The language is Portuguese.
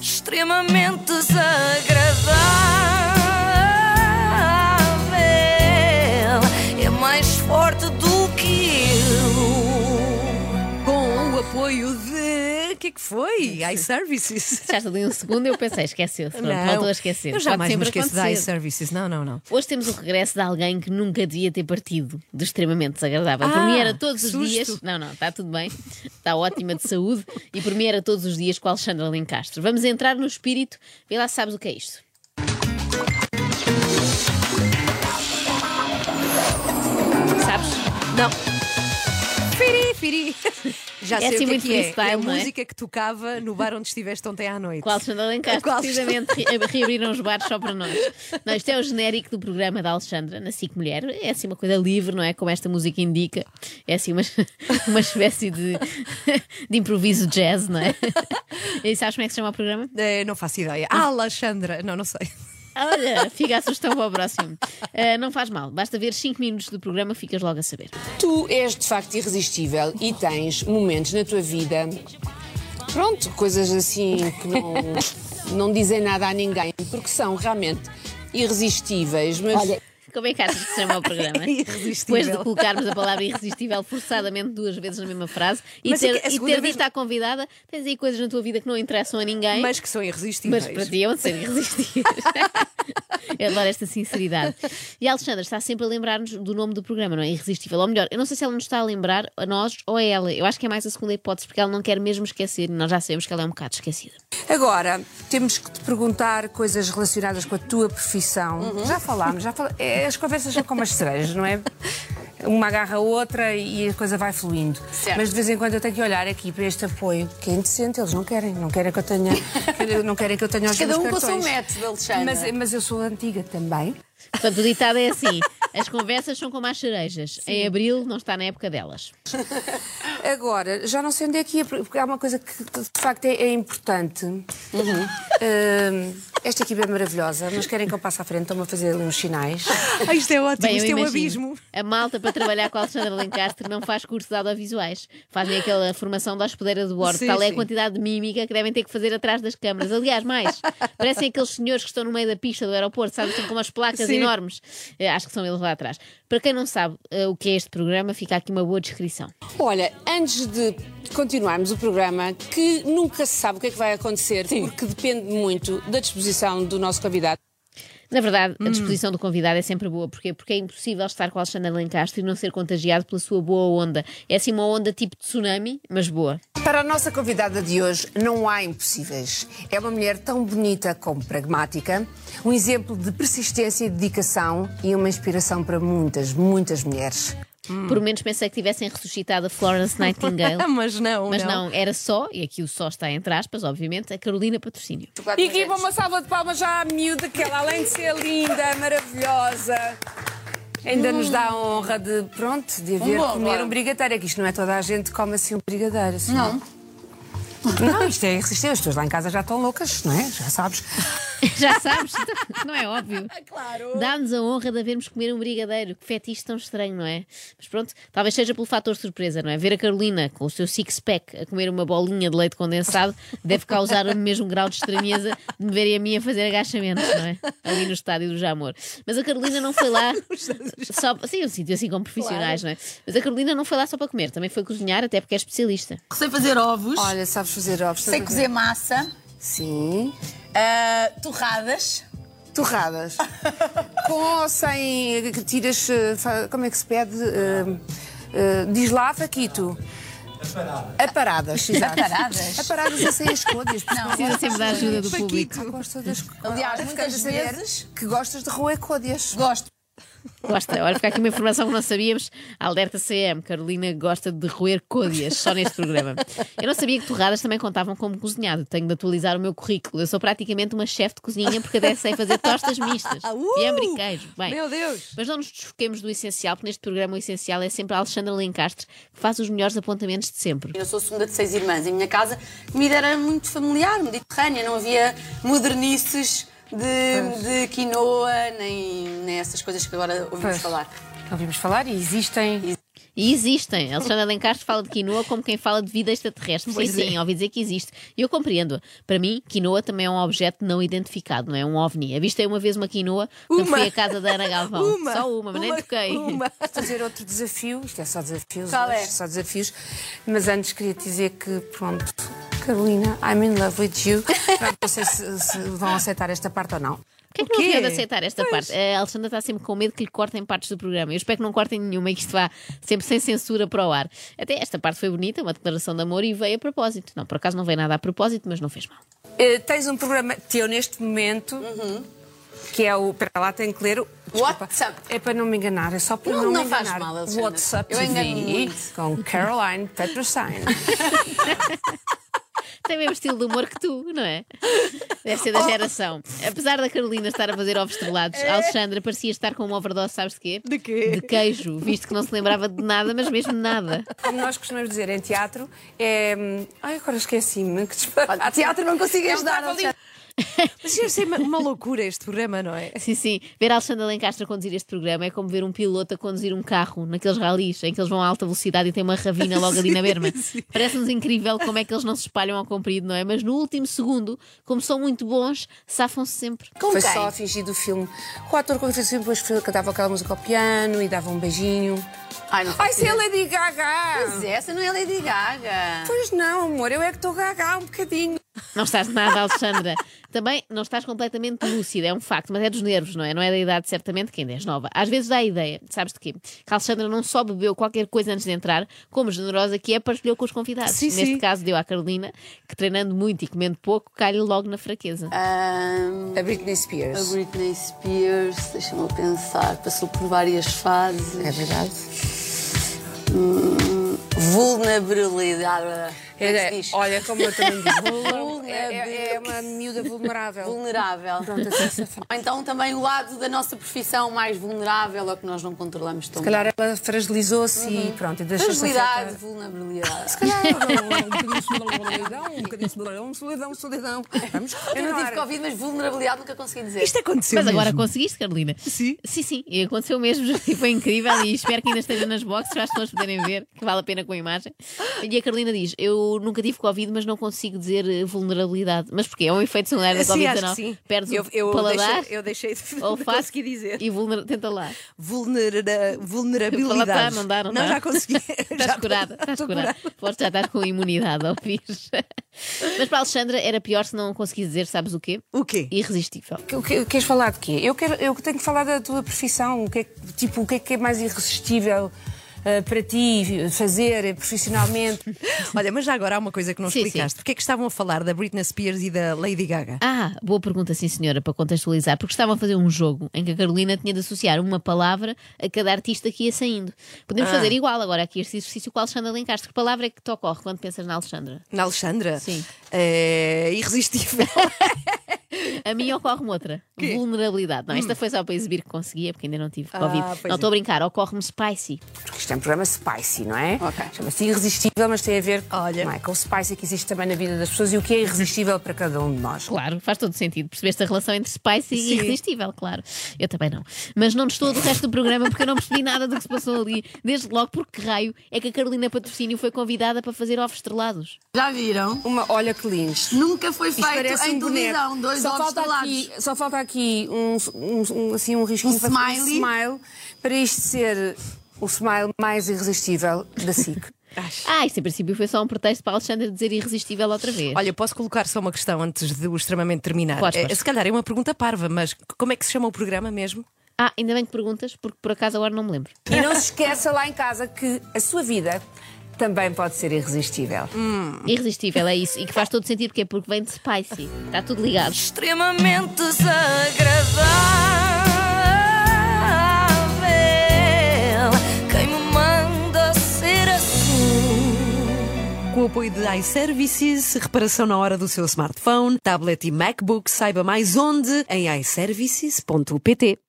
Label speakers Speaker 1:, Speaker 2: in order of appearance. Speaker 1: extremamente desagradável. É mais forte do que eu. Com o apoio de. O que é que foi? iServices.
Speaker 2: Já te dei um segundo e eu pensei, esqueceu-se. Pronto,
Speaker 1: Não.
Speaker 2: voltou a esquecer.
Speaker 1: Eu
Speaker 2: Pode
Speaker 1: jamais me
Speaker 2: sempre
Speaker 1: esqueço de
Speaker 2: acontecer.
Speaker 1: iServices. Não, não, não.
Speaker 2: Hoje temos o regresso de alguém que nunca devia ter partido, do extremamente desagradável. por
Speaker 1: Ah,
Speaker 2: mim era todos
Speaker 1: que
Speaker 2: os
Speaker 1: susto.
Speaker 2: dias. Não, não, está tudo bem, está ótima de saúde. E por mim era todos os dias com a Alexandra Lencastre. Vamos entrar no espírito, vê lá se sabes o que é isto. Sabes?
Speaker 1: Não. Firi, firi. Já
Speaker 2: É
Speaker 1: sei
Speaker 2: assim
Speaker 1: o que é
Speaker 2: muito
Speaker 1: que é.
Speaker 2: freestyle,
Speaker 1: É a
Speaker 2: não é?
Speaker 1: música que tocava no bar onde estiveste ontem à noite.
Speaker 2: Com a Alexandra
Speaker 1: Com
Speaker 2: Lencastre,
Speaker 1: a Alexandra.
Speaker 2: precisamente, re- reabriram os bares só para nós. Não, isto é o genérico do programa da Alexandra, na SIC Mulher. É assim uma coisa livre, não é? Como esta música indica. É assim uma, uma espécie de, de improviso jazz, não é? E sabes como é que se chama o programa?
Speaker 1: Eh, não faço ideia. Ah, Alexandra. Não, não sei.
Speaker 2: Olha, fica a sugestão para o próximo. Ah, não faz mal, basta ver 5 minutos do programa, ficas logo a saber.
Speaker 3: Tu és de facto irresistível e tens momentos na tua vida, pronto, coisas assim que não, não dizem nada a ninguém, porque são realmente irresistíveis, mas.
Speaker 2: Como é que achas que se chama o programa?
Speaker 1: Irresistível.
Speaker 2: é? Depois de colocarmos a palavra irresistível forçadamente duas vezes na mesma frase e
Speaker 1: Mas é
Speaker 2: ter,
Speaker 1: que a
Speaker 2: e
Speaker 1: segunda
Speaker 2: ter
Speaker 1: vez-
Speaker 2: dito à convidada, tens aí coisas na tua vida que não interessam a ninguém.
Speaker 1: Mas que são
Speaker 2: Mas
Speaker 1: irresistíveis.
Speaker 2: para ti é onde ser irresistível. eu adoro esta sinceridade. E a Alexandra está sempre a lembrar-nos do nome do programa, não é? Irresistível. Ou melhor, eu não sei se ela nos está a lembrar, a nós ou a ela. Eu acho que é mais a segunda hipótese, porque ela não quer mesmo esquecer. e Nós já sabemos que ela é um bocado esquecida.
Speaker 4: Agora, temos que te perguntar coisas relacionadas com a tua profissão.
Speaker 3: Uhum.
Speaker 4: Já falámos, já fala- é, as conversas são como as cerejas, não é? Uma agarra a outra e a coisa vai fluindo. Mas de vez em quando eu tenho que olhar aqui para este apoio, que é indecente, eles não querem, não querem que eu tenha, não querem que eu tenha os
Speaker 3: Cada
Speaker 4: meus
Speaker 3: um com o seu
Speaker 4: cartões.
Speaker 3: método, Alexandra.
Speaker 4: Mas, é mas eu sou antiga também.
Speaker 2: Portanto, o ditado é assim: as conversas são como as cerejas. Em abril não está na época delas.
Speaker 4: Agora, já não sei onde é que ia, porque há uma coisa que que de facto é, é importante.
Speaker 3: Uhum.
Speaker 4: Ahm, esta equipa é maravilhosa, mas querem que eu passe à frente, estão-me a fazer ali uns sinais.
Speaker 1: Ah, isto é ótimo,
Speaker 2: Bem, eu
Speaker 1: isto é um
Speaker 2: imagino.
Speaker 1: abismo.
Speaker 2: A malta para trabalhar com a Alexandra Lencastre não faz cursos de audiovisuais. Fazem aquela formação da hospedeira do bordo.
Speaker 1: Sim,
Speaker 2: Tal é a
Speaker 1: sim.
Speaker 2: quantidade de mímica que devem ter que fazer atrás das câmaras. Aliás, mais, parecem aqueles senhores que estão no meio da pista do aeroporto, sabem? São com umas placas
Speaker 1: Sim.
Speaker 2: enormes. Eh, acho que são eles lá atrás. Para quem não sabe eh, o que é este programa, fica aqui uma boa descrição.
Speaker 3: Olha, antes de continuarmos o programa, que nunca se sabe o que é que vai acontecer, porque depende muito da disposição do nosso convidado.
Speaker 2: Na verdade,
Speaker 1: Hum.
Speaker 2: a disposição do convidado é sempre boa. Porquê? Porque é impossível estar com a Alexandra Lencastre e não ser contagiado pela sua boa onda. É assim uma onda tipo tsunami, mas boa.
Speaker 4: Para a nossa convidada de hoje, não há impossíveis. É uma mulher tão bonita como pragmática, um exemplo de persistência e dedicação e uma inspiração para muitas, muitas mulheres.
Speaker 2: Por menos pensei que tivessem ressuscitado a Florence Nightingale.
Speaker 1: Mas não,
Speaker 2: Mas não. era só, e aqui o só está entre aspas, obviamente, a Carolina Patrocínio.
Speaker 4: E aqui uma salva de palmas já à miúda, que ela além de ser linda, maravilhosa, ainda nos dá a honra de, pronto, de haver
Speaker 3: bom,
Speaker 4: comer
Speaker 3: claro.
Speaker 4: um brigadeiro. É que isto não é toda a gente que come assim um brigadeiro. assim, não. Não, isto é irresistível. As pessoas lá em casa já estão loucas, não é? Já sabes.
Speaker 2: Já sabes, não é óbvio. Claro. Dá-nos a honra de havermos comer um brigadeiro. Que fetiche tão estranho, não é? Mas pronto, talvez seja pelo fator surpresa, não é? Ver a Carolina com o seu six-pack a comer uma bolinha de leite condensado deve causar o mesmo grau de estranheza de me verem a mim a fazer agachamentos, não é? Ali no estádio do Jamor. Mas a Carolina não foi lá só. Sim, um sítio assim como profissionais, não é? Mas a Carolina não foi lá só para comer, também foi cozinhar, até porque é especialista.
Speaker 5: Sei fazer ovos,
Speaker 4: Olha, sabes fazer ovos. estás
Speaker 5: sei
Speaker 4: a ver?
Speaker 5: cozer massa,
Speaker 4: Sim.
Speaker 5: ah, torradas.
Speaker 4: Torradas. Com ou sem que tiras. eh, fa- Como é que se pede? Eh, eh, diz lá, Faquito. Aparadas. Aparadas, exato.
Speaker 5: Aparadas?
Speaker 4: Aparadas e sem as escolhas. porque
Speaker 5: Não.
Speaker 4: eu
Speaker 2: Precisa sempre da ajuda do público.
Speaker 4: gosto- gosto das-
Speaker 5: Aliás,
Speaker 4: Olha,
Speaker 5: muitas
Speaker 4: ficas a saber
Speaker 5: vezes-
Speaker 4: Que gostas de roer códias.
Speaker 5: Gosto.
Speaker 2: Gosta, olha, fica aqui uma informação que não sabíamos. A Alerta CM, Carolina gosta de roer côdeas só neste programa. Eu não sabia que torradas também contavam como cozinhado. Tenho de atualizar o meu currículo. Eu sou praticamente uma chefe de cozinha porque até sei fazer tostas mistas.
Speaker 1: Uh!
Speaker 2: e ambriqueijo. Bem,
Speaker 1: Meu Deus!
Speaker 2: mas não nos desfoquemos do essencial, porque neste programa o essencial é sempre a Alexandra Lencastre, que faz os melhores apontamentos de sempre.
Speaker 6: Eu sou a segunda de seis irmãs. Em minha casa, a comida era muito familiar, mediterrânea, não havia modernices de, de quinoa, nem, nem essas coisas que agora ouvimos
Speaker 4: Pois.
Speaker 6: falar.
Speaker 4: Ouvimos falar e existem.
Speaker 2: E existem. A Alexandra Lencastre fala de quinoa como quem fala de vida extraterrestre. Sim,
Speaker 1: é.
Speaker 2: sim, ouvi dizer que existe. E eu compreendo-a. Para mim, quinoa também é um objeto não identificado, não é? Um ovni. Avistei uma vez uma quinoa quando
Speaker 1: Uma.
Speaker 2: fui à casa da Ana Galvão.
Speaker 1: Uma.
Speaker 2: Só uma, mas nem toquei.
Speaker 1: Uma.
Speaker 4: fazer outro desafio, isto é só desafios,
Speaker 6: Qual
Speaker 4: hoje,
Speaker 6: é?
Speaker 4: só desafios, mas antes queria dizer que, pronto, Carolina, I'm in love with you. Pronto, Não sei se, se vão aceitar esta parte ou não.
Speaker 2: O que é que não havia de aceitar esta parte? A Alexandra está sempre com medo que lhe cortem partes do programa. Eu espero que não cortem nenhuma e que isto vá sempre sem censura para o ar. Até esta parte foi bonita, uma declaração de amor e veio a propósito. Não, por acaso não veio nada a propósito, mas não fez mal.
Speaker 4: Eh, tens um programa teu neste momento. Que é o. Espera lá, tenho que ler o. desculpa.
Speaker 6: WhatsApp.
Speaker 4: É para não me enganar, é só para
Speaker 6: Não-
Speaker 4: não,
Speaker 6: não
Speaker 4: me
Speaker 6: faz
Speaker 4: enganar.
Speaker 6: mal, Alexandra.
Speaker 4: WhatsApp
Speaker 6: Eu
Speaker 4: TV
Speaker 6: engano muito.
Speaker 4: com Caroline Peterstein.
Speaker 2: Tem o mesmo estilo de humor que tu, não é? Deve ser da geração. Apesar da Carolina estar a fazer ovos estrelados, a Alexandra parecia estar com uma overdose, sabes de quê?
Speaker 1: De quê?
Speaker 2: De queijo, visto que não se lembrava de nada, mas mesmo de nada.
Speaker 4: Como nós costumamos dizer em teatro, é. hum, Ai, agora esqueci-me. Que disparate.
Speaker 6: Olha, teatro não consigo ajudar. Alexandre.
Speaker 1: Mas deve ser uma, uma loucura este programa, não é?
Speaker 2: Sim, sim. Ver a Alexandra Lencastre a conduzir este programa é como ver um piloto a conduzir um carro naqueles ralis em que eles vão a alta velocidade e tem uma ravina logo ali na berma. Parece-nos incrível como é que eles não se espalham ao comprido, não é? Mas no último segundo, como são muito bons, safam-se sempre.
Speaker 6: Com
Speaker 4: Foi
Speaker 6: quem?
Speaker 4: só a fingir do filme. O ator quando fez o filme depois foi- cantava aquela música ao piano e dava um beijinho.
Speaker 6: Ai, não
Speaker 4: Ai,
Speaker 6: faço
Speaker 4: se é
Speaker 6: ideia.
Speaker 4: Lady Gaga!
Speaker 6: Mas essa não é Lady Gaga.
Speaker 4: Pois não, amor, eu é que estou gaga um bocadinho.
Speaker 2: Não estás de nada, Alexandra. Também não estás completamente lúcida, é um facto, mas é dos nervos, não é? Não é da idade, certamente, que ainda és nova. Às vezes dá a ideia, sabes de quê? Que a Alexandra não só bebeu qualquer coisa antes de entrar, como generosa que é, partilhou com os convidados.
Speaker 1: Sim,
Speaker 2: Neste
Speaker 1: sim.
Speaker 2: caso, deu à Carolina, que treinando muito e comendo pouco, cai-lhe logo na fraqueza.
Speaker 6: Ahm,
Speaker 4: A Britney
Speaker 6: Ah, a
Speaker 4: Spears.
Speaker 6: Britney Spears, deixa-me pensar, passou por várias fases.
Speaker 4: É verdade.
Speaker 6: Vulnerabilidade. Como é que se
Speaker 4: É,
Speaker 6: diz?
Speaker 4: olha, como eu também digo,
Speaker 6: Vulnerável.
Speaker 4: é, é- é uma miúda vulnerável.
Speaker 6: Vulnerável.
Speaker 4: Pronto, assim se fala.
Speaker 6: Ou então também o lado da nossa profissão mais vulnerável ao que nós não controlamos tão
Speaker 4: Se
Speaker 6: bem.
Speaker 4: calhar ela fragilizou-se e pronto, e deixou-se
Speaker 6: Fragilidade,
Speaker 4: afetar.
Speaker 6: vulnerabilidade.
Speaker 4: Se calhar, um bocadinho de solidão, um bocadinho de solidão, solidão, solidão. Vamos
Speaker 6: Eu não tive
Speaker 4: continuar.
Speaker 6: Covid, mas vulnerabilidade nunca consegui dizer.
Speaker 1: Isto aconteceu.
Speaker 2: Mas agora
Speaker 1: mesmo.
Speaker 2: conseguiste, Carolina.
Speaker 1: Sim.
Speaker 2: Sim, sim. E aconteceu mesmo. E foi incrível. E espero que ainda esteja nas boxes para as pessoas poderem ver, que vale a pena com a imagem. E a Carolina diz: Eu nunca tive Covid, mas não consigo dizer eh, vulnerabilidade. Mas porquê? É um efeito secundário da
Speaker 1: Sim, Assim, acho
Speaker 2: Covid-19.
Speaker 1: que sim.
Speaker 2: Perdes
Speaker 1: eu,
Speaker 2: o
Speaker 1: eu
Speaker 2: paladar,
Speaker 1: Deixei, eu deixei de, de
Speaker 2: olfato
Speaker 1: conseguir dizer.
Speaker 2: E vulner... tenta lá.
Speaker 1: Vulnera-
Speaker 2: Paladar,
Speaker 1: vulnerabilidade.
Speaker 2: não dá, não
Speaker 1: não
Speaker 2: dá.
Speaker 1: já consegui.
Speaker 2: Estás
Speaker 1: Já-
Speaker 2: curada, estás
Speaker 1: estou
Speaker 2: curada. Podes já estar com imunidade ao vírus. Mas para a Alexandra era pior se não conseguisse dizer, sabes o quê?
Speaker 1: O quê?
Speaker 2: Irresistível.
Speaker 4: O que, queres falar de quê? Eu, quero, eu tenho que falar da tua profissão. O que é, que- tipo, o que é que é mais irresistível ah, para ti fazer eh, profissionalmente?
Speaker 1: Olha, mas já agora há uma coisa que não
Speaker 2: Sim, sim.
Speaker 1: explicaste. Porquê é que estavam a falar da Britney Spears e da Lady Gaga?
Speaker 2: Ah, boa pergunta, sim senhora, para contextualizar, porque estavam a fazer um jogo em que a Carolina tinha de associar uma palavra a cada artista que ia saindo. Podemos
Speaker 1: Ah.
Speaker 2: fazer igual agora aqui este exercício com a Alexandra Lencastre. Que palavra é que te ocorre quando pensas na Alexandra?
Speaker 1: Na Alexandra?
Speaker 2: Sim.
Speaker 1: É irresistível.
Speaker 2: A mim ocorre-me outra. Vulnerabilidade. Não, esta foi só para exibir que conseguia, porque ainda não tive
Speaker 1: Hum. Ah,
Speaker 2: Covid.
Speaker 1: pois
Speaker 2: Não
Speaker 1: é.
Speaker 2: estou a brincar, ocorre-me spicy.
Speaker 4: Porque isto é um programa spicy, não é?
Speaker 6: Ok.
Speaker 4: Chama-se irresistível, mas tem a ver
Speaker 1: Olha.
Speaker 4: não é, com o spicy que existe também na vida das pessoas e o que é irresistível para cada um de nós.
Speaker 2: Claro, faz todo sentido. Percebeste a relação entre spicy e
Speaker 1: Sim.
Speaker 2: irresistível, claro. Eu também não. Mas não estou do resto do programa porque eu não percebi nada do que se passou ali. Desde logo, porque que raio é que a Carolina Patrocínio foi convidada para fazer ovos estrelados?
Speaker 5: Já viram?
Speaker 4: Uma, olha que lindo. Isto
Speaker 5: Nunca foi feito
Speaker 4: parece
Speaker 5: em
Speaker 4: um
Speaker 5: televisão.
Speaker 4: boneco.
Speaker 5: Dois
Speaker 4: só
Speaker 5: ovos
Speaker 4: falta
Speaker 5: pelados.
Speaker 4: aqui, só falta aqui um, um, um- assim, um risquinho
Speaker 5: Um
Speaker 4: para fazer
Speaker 5: smiley.
Speaker 4: smile para isto ser o smile mais irresistível da SIC.
Speaker 2: Ah, isto em princípio foi só um pretexto para a Alexandra dizer irresistível outra vez.
Speaker 1: Olha, posso colocar só uma questão antes do extremamente terminar?
Speaker 2: Podes,
Speaker 1: É,
Speaker 2: podes.
Speaker 1: Se calhar é uma pergunta parva, mas como é que se chama o programa mesmo?
Speaker 2: Ah, ainda bem que perguntas, porque por acaso agora não me lembro.
Speaker 4: E não se esqueça lá em casa que a sua vida também pode ser irresistível.
Speaker 2: Irresistível, é isso. E que faz todo sentido porque é porque vem de spicy. Está tudo ligado.
Speaker 7: extremamente desagradável. Quem me manda ser assim?
Speaker 1: Com o apoio de iServices, reparação na hora do seu smartphone, tablet e MacBook, saiba mais onde em iServices.pt.